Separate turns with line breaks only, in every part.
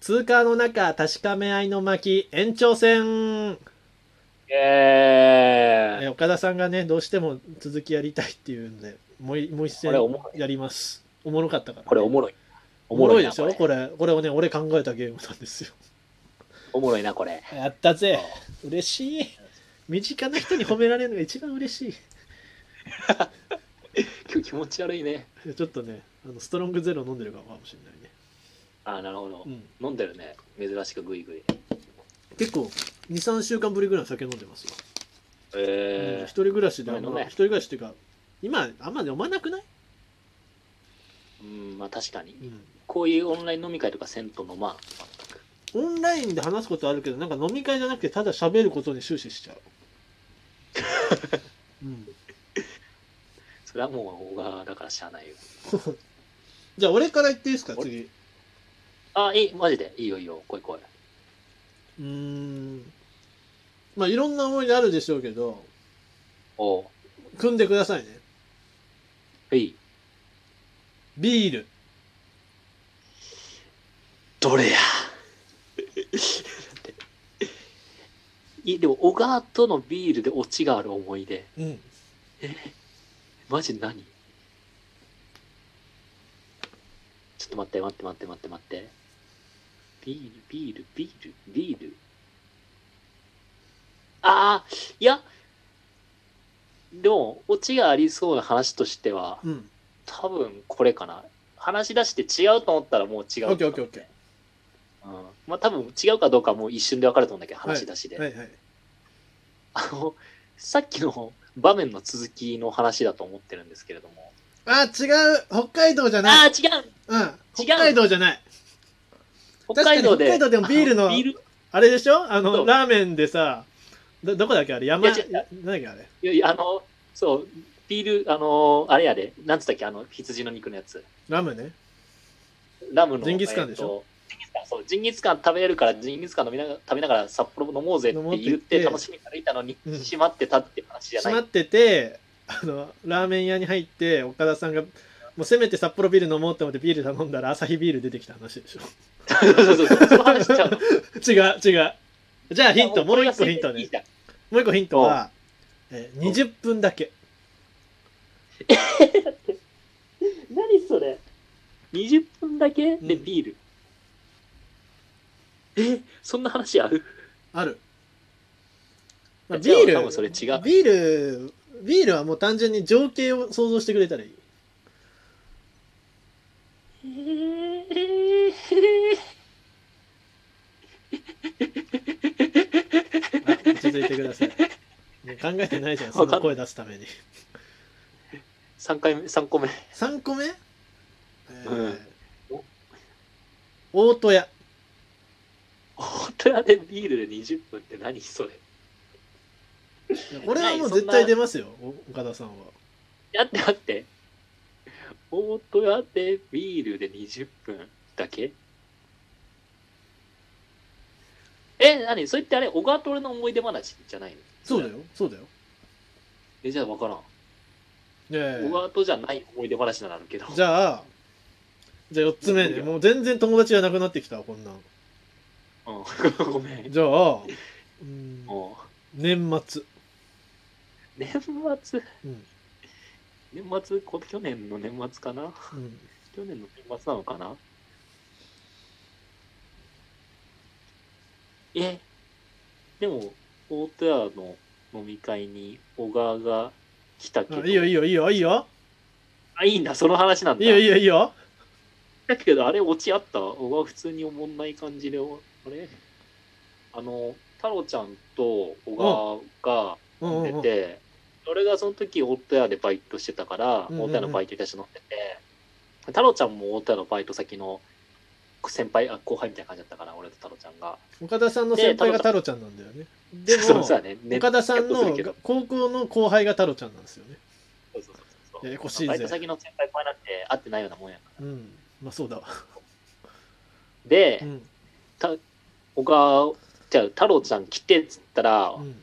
通過の中、確かめ合いの巻、延長戦。
え
え岡田さんがね、どうしても続きやりたいっていうんで、もういもう一
これお
戦
もろ
やります。おもろかったから、
これおもろい。
おもろい
な
でしょ
これ
これ、これをね、俺考えたゲームなんですよ。
おもろいな、これ。
やったぜ。嬉しい。身近な人に褒められるのが一番嬉しい。
今日気持ち悪いね。
いやちょっとね、あのストロングゼロ飲んでるかもしれないね。
あーなるほど
う。ん、
飲んでるね。珍しくグイグイ。
結構、2、3週間ぶりぐらいの酒飲んでますよ。うん
え
一人暮らしであんま、
飲め飲
一
め
人暮らしっていうか、今、あんま飲まなくない、
ー、うん、まあ確かに。
うん、
こういうオンライン飲み会とか銭湯飲まん。全く。
オンラインで話すことあるけど、なんか飲み会じゃなくて、ただ喋ることに終始 しちゃう。うん、
それはもう、小川だからしゃあないよ。
じゃあ、俺から言っていいですか、次。
あ、いい、マジで。いいよ、いいよ。来い来い。
うーん。まあ、いろんな思い出あるでしょうけど、
おう。
組んでくださいね。
はい。
ビール。
どれやだっていでも、小川とのビールでオチがある思い出。
うん。
マジ何ちょっと待って、待って、待って、待って、待って。ビール、ビール、ビール、ビール。ああ、いや、でも、オチがありそうな話としては、
うん。
多分これかな。話し出して違うと思ったらもう違
オ
う。
ッケーオッケーオッケ
うんまあ多分違うかどうかはもう一瞬で分かると思うんだけど、話し出しで。
ー。はいはい。
あの、さっきの場面の続きの話だと思ってるんですけれども。
あ、違う。北海道じゃない。
ああ、違う
うん。北海道じゃない。
北海道
確
で。
かに北海道でもビールの
あビールい
あれでしょあ
そ
の、
う
ラーメンでさ、ど、どこだっけあれ山、
いや違う
やなんだっけあれ
やいや、あの、そう、ビール、あの、あれやで、なんつったっけ、あの、羊の肉のやつ。
ラムね。
ラムの。
ジンギスカンでしょ
えっとジンギスカンそうジンギスカン食べれるからジンギスカン飲みながら食べながら札幌飲もうぜって
飲もうって
言
言っ
っ
て
て楽しみに歩いたのに
うん
閉まってたって話じゃな
閉
い
まってて、あの、ラーメン屋に入って、岡田さんが、もうせめて札幌ビール飲もうと思ってビール頼んだら朝日ビール出てきた話でしょ。
そうそうそう、その話しちゃうの。
違う、違う。じゃあヒント、もう一個ヒント
いい
ね。
じゃん
もう一個ヒントは、えー、20分だけ。
何それ ?20 分だけで
うん
ビール。え、そんな話ある
ある。まあ、ビ
じゃあ
ー
多
ル
分、それ違う
ビール、ビールはもう単純に情景を想像してくれたらいい。
え
あ落ち着いてくだ さい。もう考えてないじゃん、そ
わ
の
かん
声出すために。
3回目、三個目。
3個目、えー
うん
大戸屋。
本当やでビールで20分って何それ
これはもう絶
ないそん
対
な
出ますよ、お岡田さんは。
やって待って。大戸屋でビールで20分だけえ、何それってあれ、小川と俺の思い出話じゃないの
そうだよ、そうだよ。
え、じゃあ分からん。
ええ
小川とじゃない思い出話ならあるけど。
じゃあ、じゃあ4つ目
い
ね。
や
もう全然友達がなくなってきたわ、こんなん。
うん、 ごめん。
じゃあ、うん、
も
年末。
う年末、
うん
年末こ、去年の年末かな
うん
去年の年末なのかなえ、でも、大戸屋の飲み会に小川が来たけ
あ
ど。
いいよ、いいよ、いいよ、いいよ。
あ、いいんだ、その話なんだ。
いいよ、いいよ、いいよ。
だけど、あれ、落ちあった小川普通におもんない感じで、あれあの、太郎ちゃんと小川が、
うんうんう
出
ん。
て、俺がその時大戸屋でバイトしてたから、
うんうんうん
大戸屋のバイトいたし乗ってて、太郎ちゃんも大戸屋のバイト先の先輩、あ後輩みたいな感じだったから、俺と太郎ちゃんが。
岡田さんの先輩が太郎ちゃんなんだよね。でも、
そうそうだね。ね
岡田さん
ネットす
の
るけど
高校の後輩が太郎ちゃんなんですよね。
そうそうそうそう
ややこしいぜ
バイト先の先輩前なんて会ってないようなもんやから。
うん。まあそうだわ。
で、
うん。
小川、じゃあ太郎ちゃん来てっつったら、
うん。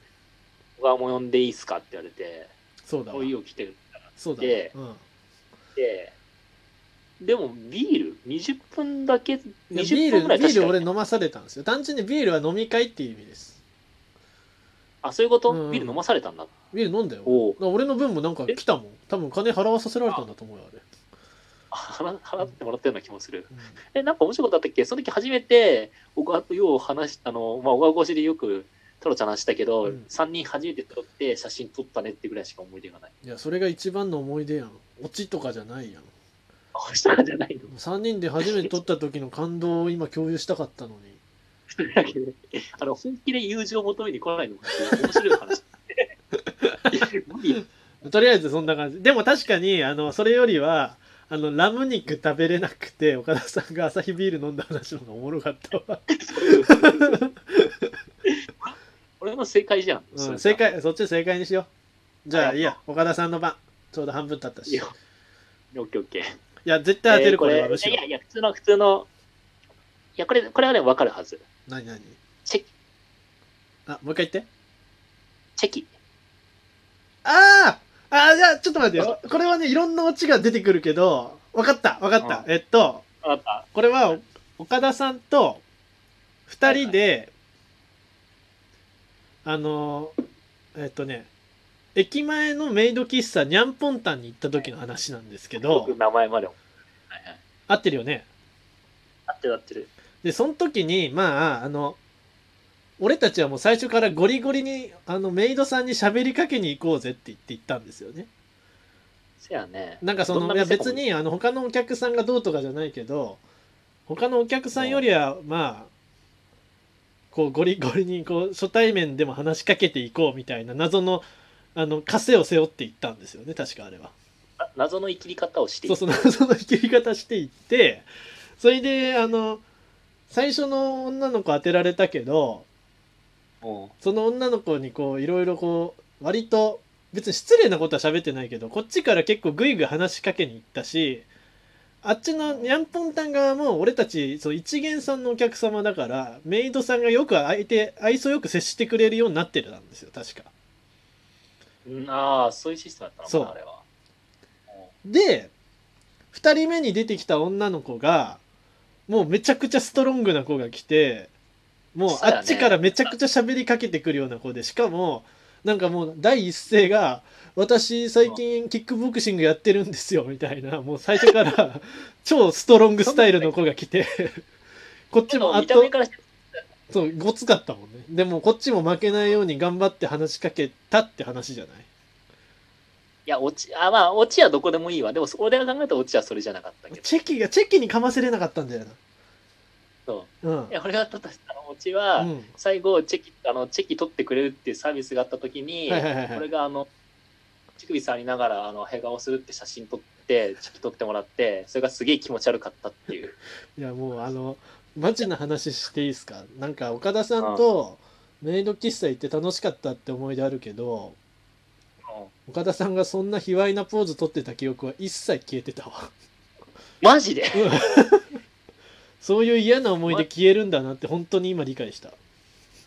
小川も呼んでいいっすかって言われて、
そうだわ
お。いよ来てる。
そうだわ
で。
うん。
で、でもビール20分だけ
いや
20
ビ
分
ー
ぐ
ル
らい
ビー
確か
ル
に
俺飲まされたんですよ単純にビールは飲み会っていう意味です
あそういうこと、
うん
ビール飲まされたんだ
ビール飲んだよ
おう
俺俺の分もなんか来たもん多分金払わさせられたんだと思うよあれ、
あ払払ってもらったような気もする
うん
えなんか面白いことあったっけその時初めて小川とよう話しあの、まあ、小川越しでよく太郎ちゃんの話したけど、
うん
3人初めて撮って写真撮ったねってぐらいしか思い出がない
いやそれが一番の思い出やんオチとかじゃないやん
あしたかじゃないの
3人で初めて撮った時の感動を今共有したかったのに
それだけであの本気で友情を求めに来ないのかっていう面白い 話いや無理よ
とりあえずそんな感じでも確かにあのそれよりはあのラム肉食べれなくて岡田さんが朝日ビール飲んだ話の方がおもろかったわ、
俺の正解じゃん、
う
それ
ん、
が
正解そっち正解にしようじゃあ
はい
いいや岡田さんの番ちょうど半分経ったし
い
い
やオッケーオッケー
や絶対当て
えー
るこれはむし
い
ろ
やいや普通の普通のいやこれこれはね分かるはず
何何
チェキ
あもう一回言って
チェキ
あーあーじゃあちょっと待ってよこれはねいろんなオチが出てくるけど分かった分かった、えっと
分かった
これは岡田さんと2人で、あのえっとね駅前のメイド喫茶にゃんぽんたんに行った時の話なんですけど
僕名前までも、はいはい、
合ってるよね
合ってる合ってる
でその時にまああの俺たちはもう最初からゴリゴリにあのメイドさんに喋りかけに行こうぜって言って行ったんですよね
せやね
なんかそ
どん
の
ない
や
店
別にあの他のお客さんがどうとかじゃないけど他のお客さんよりはまあこうゴリゴリにこう初対面でも話しかけていこうみたいな謎のあの枷を背負っていったんですよね確かあれは。
な謎の生きり方をしてい
そう
る
そう謎の切り方していってそれであの最初の女の子当てられたけど
も
その女の子にこういろいろこう割と別に失礼なことは喋ってないけどこっちから結構グイグイ話しかけに行ったしあっちのにゃんぽんたん側も俺たちそう一元さんのお客様だからメイドさんがよく相手愛想よく接してくれるようになってるんですよ確か。
ううんああそういうシステムだった
そう
のかなあれは
で2人目に出てきた女の子がもうめちゃくちゃストロングな子が来てもう
そうだね
あっちからめちゃくちゃ喋りかけてくるような子でしかもなんかもう第一声が「私最近キックボクシングやってるんですよ」みたいなもう最初から 超ストロングスタイルの子が来てこっち
で
も
も見
圧
た
倒
目からして
そうごつかったもんねでもこっちも負けないように頑張って話しかけたって話じゃない
いや、オチ、あ、まあ、オチはどこでもいいわ。でも、俺が考えたオチはそれじゃなかったけど。
チェキがチェキにかませれなかったんだよな
そ
うん
ういや、俺が取ったあのオチは、
うん
最後、チェキ、あの、チェキ取ってくれるっていうサービスがあった時に、
はいはいはいはい
俺が、あの、乳首触りながら、あの、ヘ顔をするって写真撮って、チェキ取ってもらって、それがすげえ気持ち悪かったっ ていう。
いやもうあのマジな話していいですかなんか岡田さんとメイド喫茶行って楽しかったって思い出あるけど岡田さんがそんな卑猥なポーズ取ってた記憶は一切消えてたわ
マジで
そういう嫌な思い出消えるんだなって本当に今理解した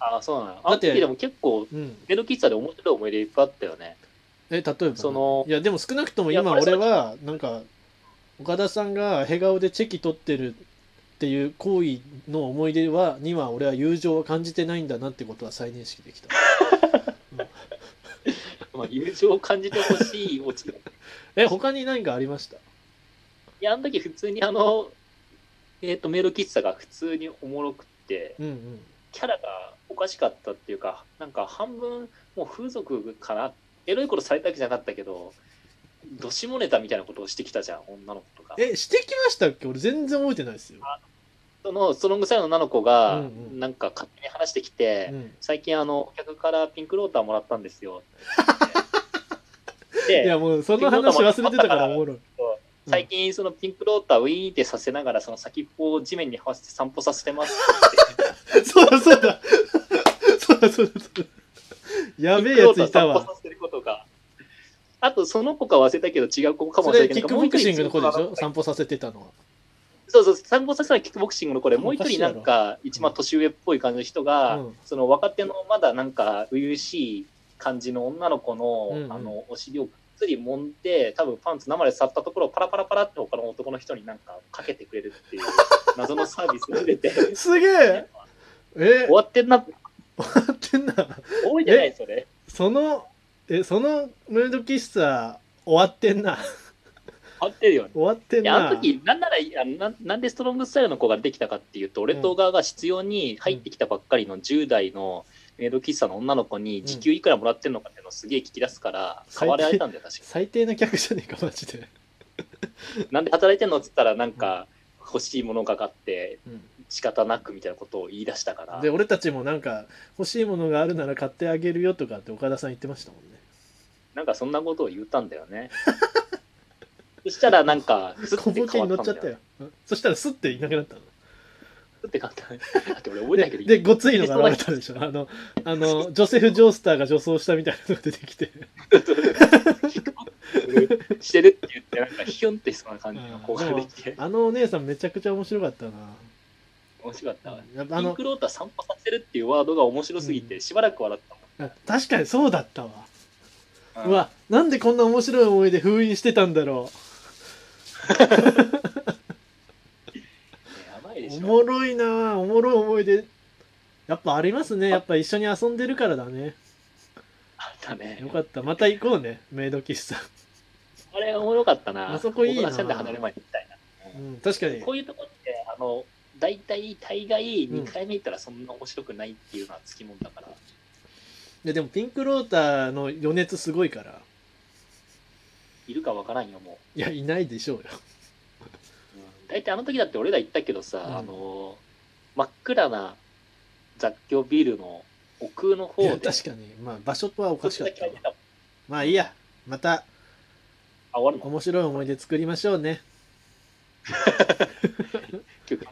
あ、そうなの。あの
だって
時でも結構、
うん
メドキッズで面白い思い出いっぱいあったよね。
え例えば
その
いやでも少なくとも
いや
今
これ
俺はなんか岡田さんがへ顔でチェキ取ってるっていう行為の思い出はには俺は友情を感じてないんだなってことは再認識できた
まあ、友情を感じてほしいオチだ
え他に何かありました
いや、あの時普通にあの、えっ、と、メイド喫茶が普通におもろくって、
うんうん
キャラがおかしかったっていうか、なんか半分、もう風俗かな。エロいことされたわけじゃなかったけど、どしもネタみたいなことをしてきたじゃん、女の子とか。
えしてきましたっけ俺全然覚えてないですよ、
その、ストロングサイドの女の子が
うんう、ん
なんか勝手に話してきて、
うん、
最近あの、お客からピンクローターもらったんですよ。
いや
で、
もうその話忘れてたからおもろい
最近そのピンクローターをウィーンってさせながら、その先っぽを地面に這わせて散歩させてますって。
そうだそうだそうだそうだそうだやべえやついたわ
あと、その子か忘れたけど、違う子かも
そ
しれ
れ
な
キ
いけ
ッ
ど、
ク
もう
ボ
一
ク
人
シングの子でしょ散歩させてたのは
そうそう、参考させたらキックボクシングの子で、もう一人なん
お
か、一番年上っぽい感じの人が、
うん
その若手のまだなんか、初々しい感じの女の子の、
うんうん
あの、お尻をずつり揉んで、多分パンツ生で触ったところをパラパラパラって他の男の人になんかかけてくれるっていう 謎のサービスが出て、
すげええ
終わってんな、
終わってんな
多いじゃないそれ。
そのえそのムード喫茶終わってんな
終わってるよね。
終わってん
いや
な
あの時なんならあのなんなんでストロングスタイルの子ができたかっていうと俺と側が必要に入ってきたばっかりの10代のメイド喫茶の女の子に時給いくらもらってるのかっていうのをすげえ聞き出すから
最低
変わられたんだよ確か
最低な客じゃねえかマジで、
なんで働いてんのっつったらなんか欲しいものがかかって仕方なくみたいなことを言い出したから
で俺たちもなんか欲しいものがあるなら買ってあげるよとかって岡田さん言ってましたもんね
なんかそんなことを言ったんだよねそしたらなんかす
小
って
ボケ
変
に
わ
乗っ
っ
た
ん
ちゃ
だ
った
よ
ようんそしたらスッていなくなったの
すって変わっただって俺覚えてないけど
でごついのが現れたで しょあのあのジョセフ・ジョースターが女装したみたいなのが出てきて
してるって言ってなんかヒュンってしそうな感じの子ができて
あのお姉さんめちゃくちゃ面白かったな
面白かったわ
やっぱあ
ピン
の
クロータ散歩させるっていうワードが面白すぎ
う
てしばらく笑ったもん
確かにそうだったわ、
うん
うわなんでこんな面白い思いで封印してたんだろ
やばい
う
で
お
し
も
ょ
ろいなおもろい思い出やっぱありますねやっぱ一緒に遊んでるからだね
あったね
よかったまた行こうねメイド喫茶、
あれおもろかったな
あそこいいな
僕ら線で離れ前みたいな
うん、確かに
こういうとこってあの大体大概
うん
2回目行ったらそんな面白くないっていうのはつきもんだから、
ででもピンクローターの余熱すごいから
いるかわからんよも
いやいないでしょうよ
う、大体あの時だって俺ら行ったけどさ、
うん
あの真っ暗な雑居ビルの奥の方
い
で
や確かにまあ場所とはお
こ
か
っ
しか
ち
っ
だけ
た
開
わ
いてたもん
まあいいやまた
あ終わるの
面白い思い出作りましょうね
結局